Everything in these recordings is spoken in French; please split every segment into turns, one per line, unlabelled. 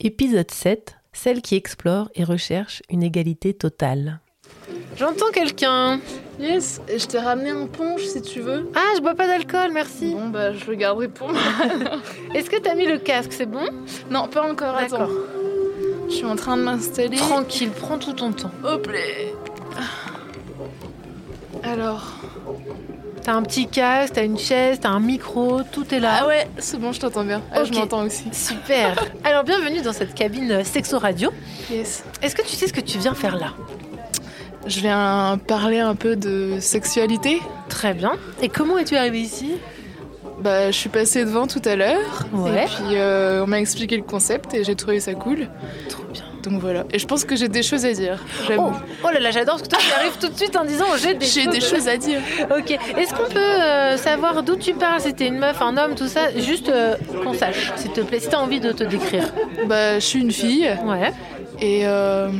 Épisode 7, celle qui explore et recherche une égalité totale.
J'entends quelqu'un.
Yes, et je t'ai ramené un punch si tu veux.
Ah, je bois pas d'alcool, merci.
Bon bah je le garderai pour moi.
Est-ce que t'as mis le casque C'est bon
Non, pas encore, attends.
D'accord.
Je suis en train de m'installer.
Tranquille, prends tout ton temps.
Hop là. Alors.
T'as un petit casque, t'as une chaise, t'as un micro, tout est là.
Ah ouais, c'est bon, je t'entends bien. Ah,
Ok.
je m'entends aussi.
Super. Alors bienvenue dans cette cabine euh, sexo radio.
Yes.
Est-ce que tu sais ce que tu viens faire là
Je viens parler un peu de sexualité.
Très bien. Et comment es-tu arrivée ici
Bah, je suis passée devant tout à l'heure. Et puis euh, on m'a expliqué le concept et j'ai trouvé ça cool.
Trop bien.
Donc voilà. Et je pense que j'ai des choses à dire. J'aime.
Oh, oh là là, j'adore parce que toi tu arrives tout de suite en disant oh, j'ai des
j'ai
choses.
des choses à dire.
Ok. Est-ce qu'on peut euh, savoir d'où tu parles Si t'es une meuf, un homme, tout ça, juste euh, qu'on sache, s'il te plaît, si t'as envie de te décrire.
Bah, je suis une fille.
Ouais.
Et euh,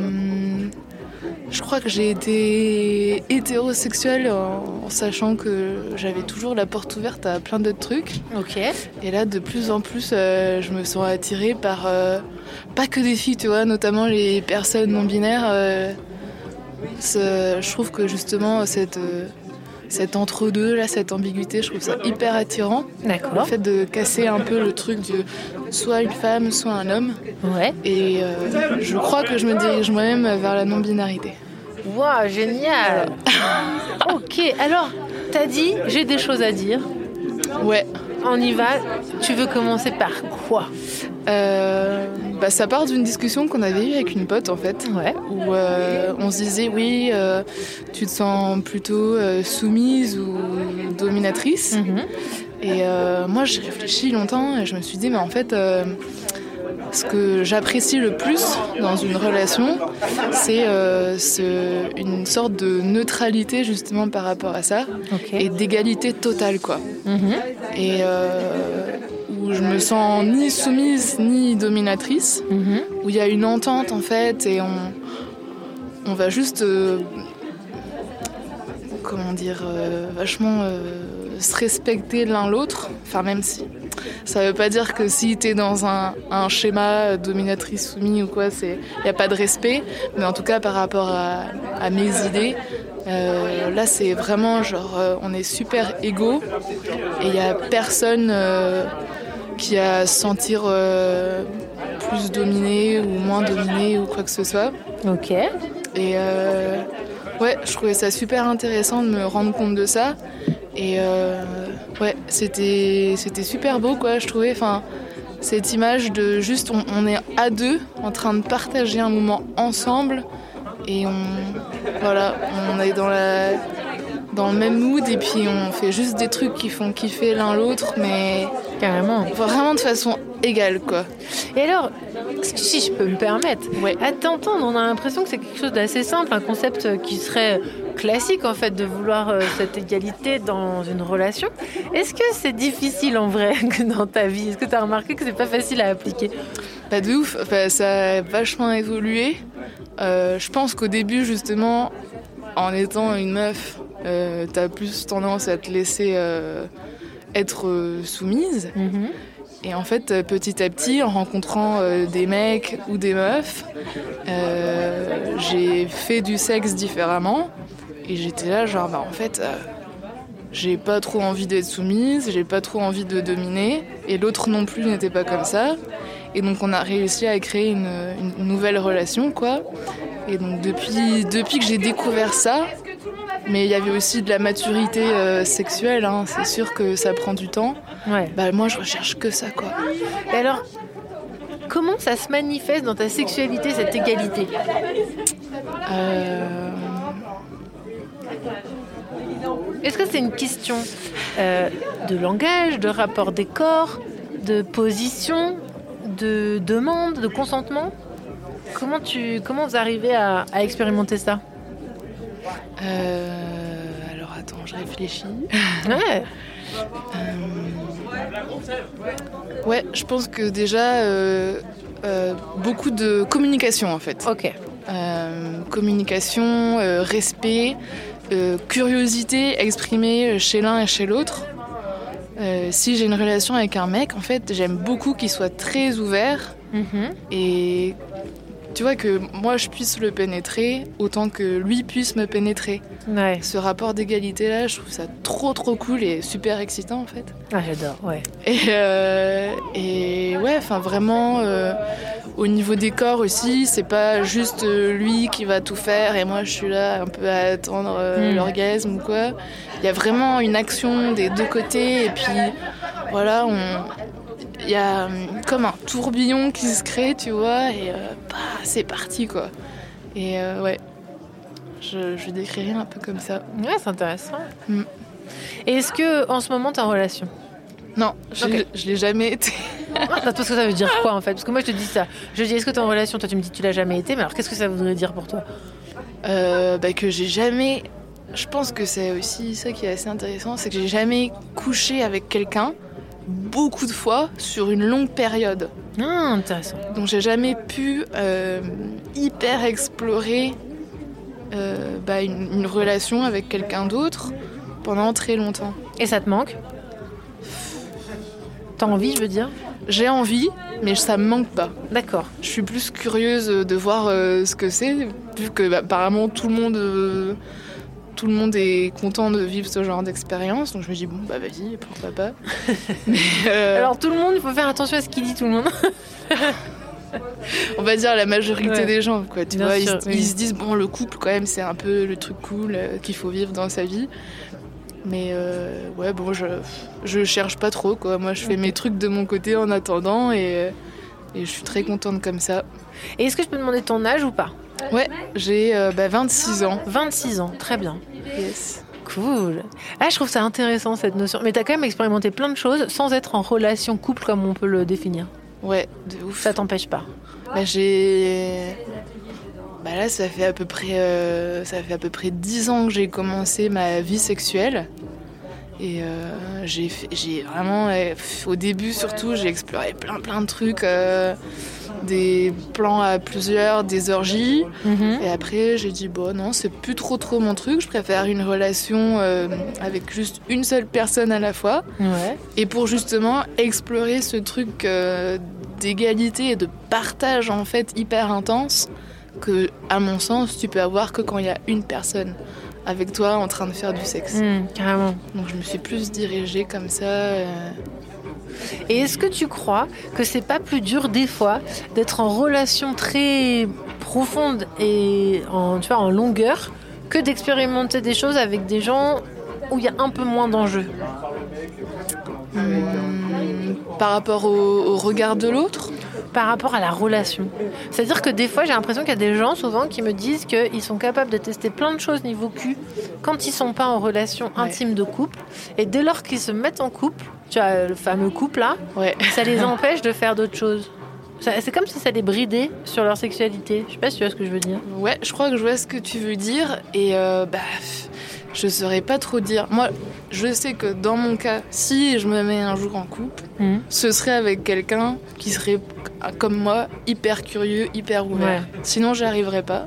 je crois que j'ai été hétérosexuelle en, en sachant que j'avais toujours la porte ouverte à plein d'autres trucs.
Ok.
Et là, de plus en plus, euh, je me sens attirée par euh, pas que des filles, tu vois, notamment les personnes non binaires. euh, ça- je trouve que justement cette euh, cet entre-deux, là, cette ambiguïté, je trouve ça hyper attirant. Le
D'accord.
fait de casser un peu le truc du soit une femme, soit un homme.
Ouais.
Et euh, je crois que je me dirige moi-même vers la non-binarité.
Waouh, génial. ok. Alors, t'as dit j'ai des choses à dire.
Ouais.
On y va. Tu veux commencer par quoi
Euh, bah, ça part d'une discussion qu'on avait eue avec une pote en fait,
Ouais.
où euh, on se disait oui, euh, tu te sens plutôt euh, soumise ou dominatrice. Et euh, moi j'ai réfléchi longtemps et je me suis dit mais en fait euh, ce que j'apprécie le plus dans une relation c'est euh, ce- une sorte de neutralité justement par rapport à ça
Ok.
et d'égalité totale quoi.
Mhm.
et euh, où je me sens ni soumise ni dominatrice,
Mhm.
où il y a une entente en fait et on, on va juste, euh, comment dire, euh, vachement euh, se respecter l'un l'autre, enfin même si. Ça veut pas dire que si t'es dans un, un schéma dominatrice soumis ou quoi, c'est y a pas de respect. Mais en tout cas par rapport à, à mes idées, euh, là c'est vraiment genre euh, on est super égaux et il y a personne euh, qui a à se sentir euh, plus dominé ou moins dominé ou quoi que ce soit.
Ok.
Et euh, ouais, je trouvais ça super intéressant de me rendre compte de ça. Et euh, ouais, c'était c'était super beau quoi, je trouvais. Enfin, cette image de juste on, on est à deux en train de partager un moment ensemble et on voilà, on est dans la dans le même mood et puis on fait juste des trucs qui font kiffer l'un l'autre, mais
Carrément.
vraiment de façon égale quoi.
Et alors, si je peux me permettre,
Ouais.
à t'entendre, on a l'impression que c'est quelque chose d'assez simple, un concept euh, qui serait classique en fait de vouloir euh, cette égalité dans une relation. Est-ce que c'est difficile en vrai que dans ta vie Est-ce que tu as remarqué que c'est pas facile à appliquer
Pas de ouf, Enfin, ça a vachement évolué. Euh, je pense qu'au début, justement, en étant une meuf, euh, t'as plus tendance à te laisser euh, être euh, soumise. Et en fait, euh, petit à petit, en rencontrant euh, des mecs ou des meufs, euh, j'ai fait du sexe différemment. Et j'étais là, genre, bah en fait, euh, j'ai pas trop envie d'être soumise, j'ai pas trop envie de dominer. Et l'autre non plus n'était pas comme ça. Et donc, on a réussi à créer une, une nouvelle relation, quoi. Et donc, depuis, depuis que j'ai découvert ça, mais il y avait aussi de la maturité euh, sexuelle, hein. c'est sûr que ça prend du temps.
Ouais.
Bah, moi, je recherche que ça, quoi.
Et alors, comment ça se manifeste dans ta sexualité cette égalité
Euh,
Est-ce que c'est une question euh, de langage, de rapport des corps, de position, de demande, de consentement Comment tu comment vous arrivez à, à expérimenter ça
euh, alors attends, je réfléchis.
Ouais.
Euh, Ouais, je pense que déjà euh, euh, beaucoup de communication en fait.
Ok.
Euh, communication, euh, respect, euh, curiosité exprimée chez l'un et chez l'autre. Euh, si j'ai une relation avec un mec, en fait, j'aime beaucoup qu'il soit très ouvert
Mhm.
Et tu vois que moi je puisse le pénétrer autant que lui puisse me pénétrer.
Ouais.
Ce rapport d'égalité là, je trouve ça trop trop cool et super excitant en fait.
Ah, j'adore, ouais.
Et, euh, et ouais, enfin vraiment, euh, au niveau des corps aussi, c'est pas juste euh, lui qui va tout faire et moi je suis là un peu à attendre euh,
Mm.
l'orgasme ou quoi. Il y a vraiment une action des deux côtés et puis voilà, on. Il y a euh, comme un tourbillon qui se crée, tu vois, et euh, bah, c'est parti quoi. Et euh, ouais, je, je décrirais un peu comme ça.
Ouais, c'est intéressant.
Mm.
Et est-ce que en ce moment t'es en relation
Non, je,
Ok.
je l'ai jamais été.
Attends, Parce que ça veut dire quoi en fait Parce que moi je te dis ça. Je dis est-ce que t'es en relation Toi tu me dis tu l'as jamais été, mais alors qu'est-ce que ça voudrait dire pour toi
Euh, bah, que j'ai jamais. Je pense que c'est aussi ça qui est assez intéressant, c'est que j'ai jamais couché avec quelqu'un beaucoup de fois sur une longue période.
Ah, intéressant.
Donc j'ai jamais pu euh, hyper explorer euh, bah, une, une relation avec quelqu'un d'autre pendant très longtemps.
Et ça te manque T'as envie, je veux dire
J'ai envie, mais ça me manque pas.
D'accord.
Je suis plus curieuse de voir euh, ce que c'est, vu que bah, apparemment tout le monde, euh, tout le monde est content de vivre ce genre d'expérience. Donc je me dis bon bah vas-y, pourquoi pas. Mais, euh,
Alors tout le monde, il faut faire attention à ce qu'il dit tout le monde.
on va dire la majorité
Ouais.
des gens, quoi. Tu
Bien
vois, ils,
sûr,
se-
oui.
ils se disent bon le couple quand même c'est un peu le truc cool euh, qu'il faut vivre dans sa vie. Mais euh, ouais bon je je cherche pas trop quoi. Moi je fais mes trucs de mon côté en attendant et euh, et je suis très contente comme ça.
Et est-ce que je peux demander ton âge ou pas
Ouais, j'ai euh, bah, 26 ans.
26 ans, très bien.
Yes.
Cool. Ah, je trouve ça intéressant cette notion. Mais t'as quand même expérimenté plein de choses sans être en relation couple comme on peut le définir.
Ouais, de ouf.
Ça t'empêche pas.
Bah, j'ai. Bah là, ça fait à peu près, euh, ça fait à peu près 10 ans que j'ai commencé ma vie sexuelle. Et euh, j'ai, fait- j'ai vraiment, euh, pff, au début surtout, j'ai exploré plein plein de trucs, euh, des plans à plusieurs, des orgies. Et après, j'ai dit, bon, non, c'est plus trop trop mon truc. Je préfère une relation euh, avec juste une seule personne à la fois.
Ouais.
Et pour justement explorer ce truc euh, d'égalité et de partage en fait hyper intense que, à mon sens, tu peux avoir que quand il y a une personne avec toi en train de faire du sexe.
Mhm, carrément.
Donc je me suis plus dirigée comme ça. euh,
Et est-ce que tu crois que c'est pas plus dur des fois d'être en relation très profonde et en, tu vois, en longueur que d'expérimenter des choses avec des gens où il y a un peu moins d'enjeux
hum, par rapport au, au regard de l'autre.
par rapport à la relation. C'est-à-dire que des fois, j'ai l'impression qu'il y a des gens souvent qui me disent qu'ils sont capables de tester plein de choses niveau cul quand ils sont pas en relation intime de couple. Et dès lors qu'ils se mettent en couple, tu as le fameux couple là,
Ouais.
ça les empêche de faire d'autres choses. Ça- C'est comme si ça les bridait sur leur sexualité. Je sais pas si tu vois ce que je veux dire.
Ouais, je crois que je vois ce que tu veux dire et euh, bah pff, je saurais pas trop dire. Moi, je sais que dans mon cas, si je me mets un jour en couple,
Mhm.
ce serait avec quelqu'un qui serait comme moi, hyper curieux, hyper ouvert. Sinon, j'y arriverais pas.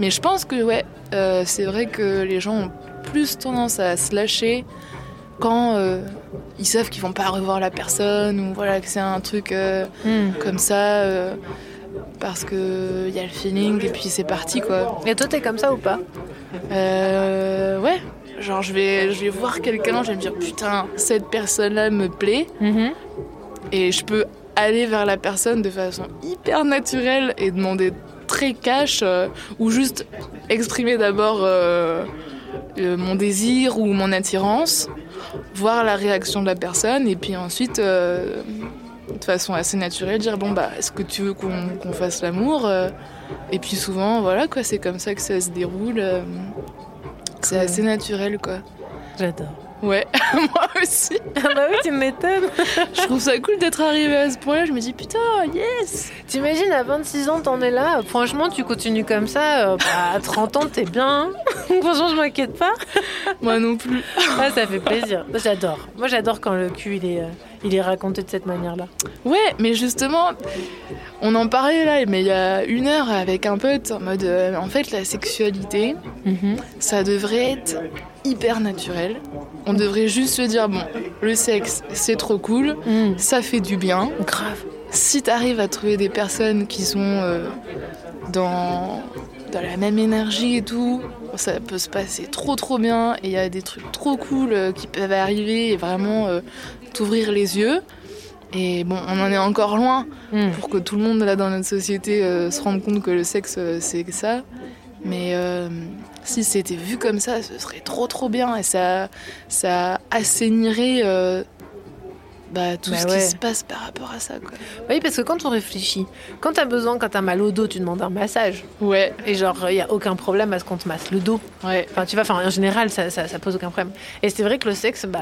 Mais je pense que ouais, euh, c'est vrai que les gens ont plus tendance à se lâcher quand euh, ils savent qu'ils vont pas revoir la personne ou voilà que c'est un truc euh,
Hmm.
comme ça. euh, parce que il y a le feeling et puis c'est parti quoi.
Et toi, t'es comme ça ou pas
Euh, ouais. Genre, je vais, je vais voir quelqu'un, je vais me dire putain, cette personne-là me plaît. Et je peux aller vers la personne de façon hyper naturelle et demander très cash euh, ou juste exprimer d'abord euh, euh, mon désir ou mon attirance, voir la réaction de la personne et puis ensuite. euh, de façon assez naturelle, dire bon bah est-ce que tu veux qu'on qu'on fasse l'amour Euh, Et puis souvent voilà quoi, c'est comme ça que ça se déroule. euh, c'est
Cool.
assez naturel quoi.
J'adore.
Ouais, moi aussi.
bah oui, tu m'étonnes.
Je trouve ça cool d'être arrivée à ce point-là. Je me dis putain yes.
T'imagines, à 26 ans, t'en es là. Franchement, tu continues comme ça. euh, bah, à 30 ans, t'es bien. Franchement, je m'inquiète pas.
Moi non plus.
Ah, ça fait plaisir. Moi, J'adore. Moi, j'adore quand le cul, il est, euh, il est raconté de cette manière-là.
Ouais, mais justement, on en parlait là, mais il y a une heure avec un pote en mode, euh, en fait, la sexualité, ça devrait être hyper naturel. On devrait juste se dire bon, le sexe, c'est trop cool,
Mm.
ça fait du bien.
Grave.
si t'arrives à trouver des personnes qui sont euh, dans, dans la même énergie et tout, ça peut se passer trop trop bien et il y a des trucs trop cool euh, qui peuvent arriver et vraiment euh, t'ouvrir les yeux. Et bon, on en est encore loin
Hmm.
pour que tout le monde là dans notre société euh, se rende compte que le sexe euh, c'est que ça. Mais euh, si c'était vu comme ça, ce serait trop trop bien et ça, ça assainirait euh, bah, tout
Bah
ce
ouais.
qui se passe par rapport à ça. Quoi.
Oui, parce que quand on réfléchit, quand t'as besoin, quand t'as mal au dos, tu demandes un massage.
Ouais,
Et genre, il n'y a aucun problème à ce qu'on te masse le dos.
ouais.
Enfin, tu vois, enfin, en général, ça, ça, ça pose aucun problème. Et c'est vrai que le sexe, bah,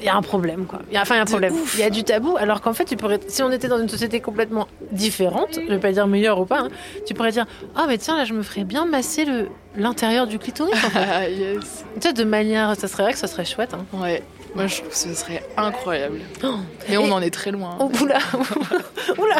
il y a un problème, quoi. Y a- Enfin, il y a un problème.
ouf.
Il y a du tabou, alors qu'en fait, tu pourrais, si on était dans une société complètement différente, je vais pas dire meilleure ou pas, hein, tu pourrais dire, ah, mais tiens, là, je me ferais bien masser le l'intérieur du clitoris. en fait.
Ah yes.
tu sais, de manière, ça serait vrai que ça serait chouette. Hein.
Ouais. Moi je trouve que ce serait incroyable.
Oh.
Mais on
Et-
en est très loin. hein,
Oh, oula, oula.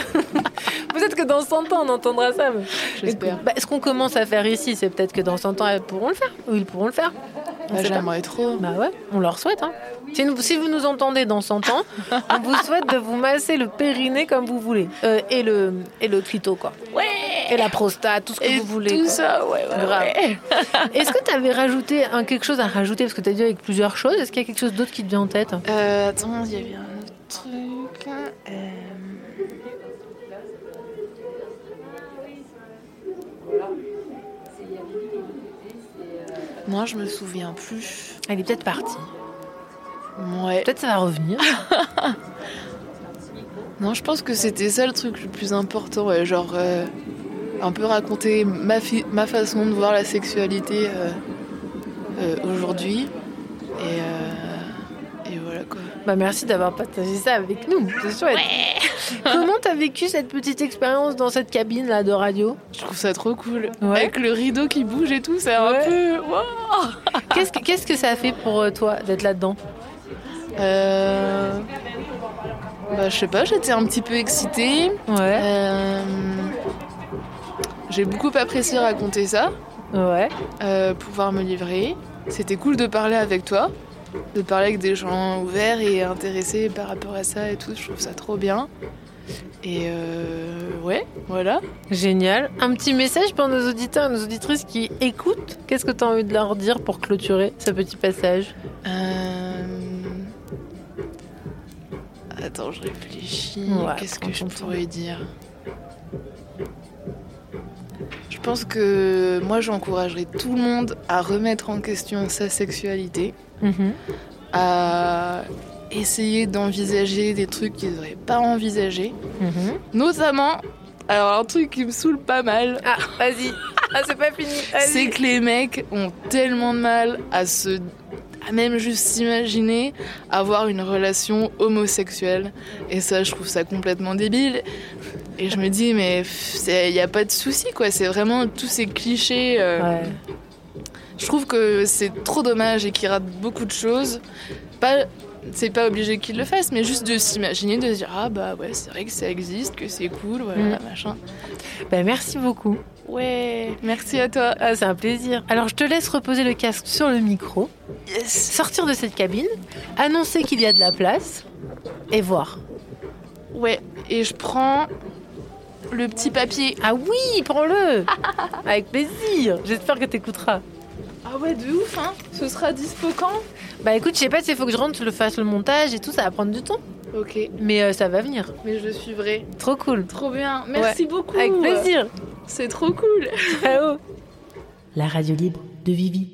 Peut-être que dans 100 ans, on entendra ça. mais-
J'espère.
Bah, ce qu'on commence à faire ici, c'est peut-être que dans 100 ans, elles pourront le faire. Ou ils pourront le faire. On
Ah,
sait pas.
J'aimerais trop.
Bah ouais, on leur souhaite. Hein. Si, nous- si vous nous entendez dans 100 ans, on vous souhaite de vous masser le périnée comme vous voulez. Euh, et, le, et le clito, quoi. Et la prostate, tout ce que
Et
vous voulez.
tout
quoi.
ça, ouais, ouais,
Grave.
ouais.
Est-ce que tu avais rajouté un, quelque chose à rajouter Parce que tu as dit avec plusieurs choses. Est-ce qu'il y a quelque chose d'autre qui te vient en tête
Euh, attends, il y avait un autre truc. euh, Non, je me souviens plus.
Elle est peut-être partie.
Ouais.
Peut-être ça va revenir.
Non, je pense que c'était ça le truc le plus important. ouais, genre, euh, un peu raconter ma, fi- ma façon de voir la sexualité euh, euh, aujourd'hui. Et, euh, et voilà quoi.
Bah merci d'avoir partagé ça avec nous. C'est chouette. Comment t'as vécu cette petite expérience dans cette cabine là de radio
Je trouve ça trop cool.
Ouais.
Avec le rideau qui bouge et tout, c'est
Ouais.
un peu. Wow.
Qu'est-ce que, qu'est-ce que ça a fait pour euh, toi d'être là-dedans
Euh... Bah, je sais pas, j'étais un petit peu excitée.
Ouais.
Euh, J'ai beaucoup apprécié raconter ça,
Ouais.
euh, pouvoir me livrer. C'était cool de parler avec toi, de parler avec des gens ouverts et intéressés par rapport à ça et tout. Je trouve ça trop bien. Et euh, ouais, voilà.
Génial. Un petit message pour nos auditeurs et nos auditrices qui écoutent. Qu'est-ce que tu as envie de leur dire pour clôturer ce petit passage
Euh, Attends, je réfléchis.
Ouais,
Qu'est-ce
prends
que je
ton temps.
pourrais dire Je pense que moi, j'encouragerais tout le monde à remettre en question sa sexualité,
Mhm,
à essayer d'envisager des trucs qu'ils n'auraient pas envisagé.
mhm.
Notamment, alors un truc qui me saoule pas mal,
Ah, vas-y. Ah, c'est pas fini.
c'est que les mecs ont tellement de mal à se à même juste s'imaginer avoir une relation homosexuelle et ça je trouve ça complètement débile et je me dis mais il n'y a pas de souci quoi c'est vraiment tous ces clichés euh,
Ouais.
je trouve que c'est trop dommage et qu'ils ratent beaucoup de choses pas c'est pas obligé qu'ils le fassent mais juste de s'imaginer de se dire ah bah ouais c'est vrai que ça existe que c'est cool voilà machin
Bah, merci beaucoup.
ouais merci à toi
Ah, c'est un plaisir. Alors, je te laisse reposer le casque sur le micro,
yes
sortir de cette cabine, annoncer qu'il y a de la place et voir.
Ouais, et je prends le petit papier.
Ah oui, prends-le Avec plaisir. J'espère que t'écouteras.
Ah ouais, de ouf, hein Ce sera dispo quand
Bah écoute, je sais pas s'il faut que je rentre, je le fasse le montage et tout, ça va prendre du temps.
Ok,
Mais euh, ça va venir.
mais je suivrai.
Trop cool.
Trop bien, merci beaucoup
Avec plaisir.
C'est trop cool
Ciao.
La radio libre de Vivi.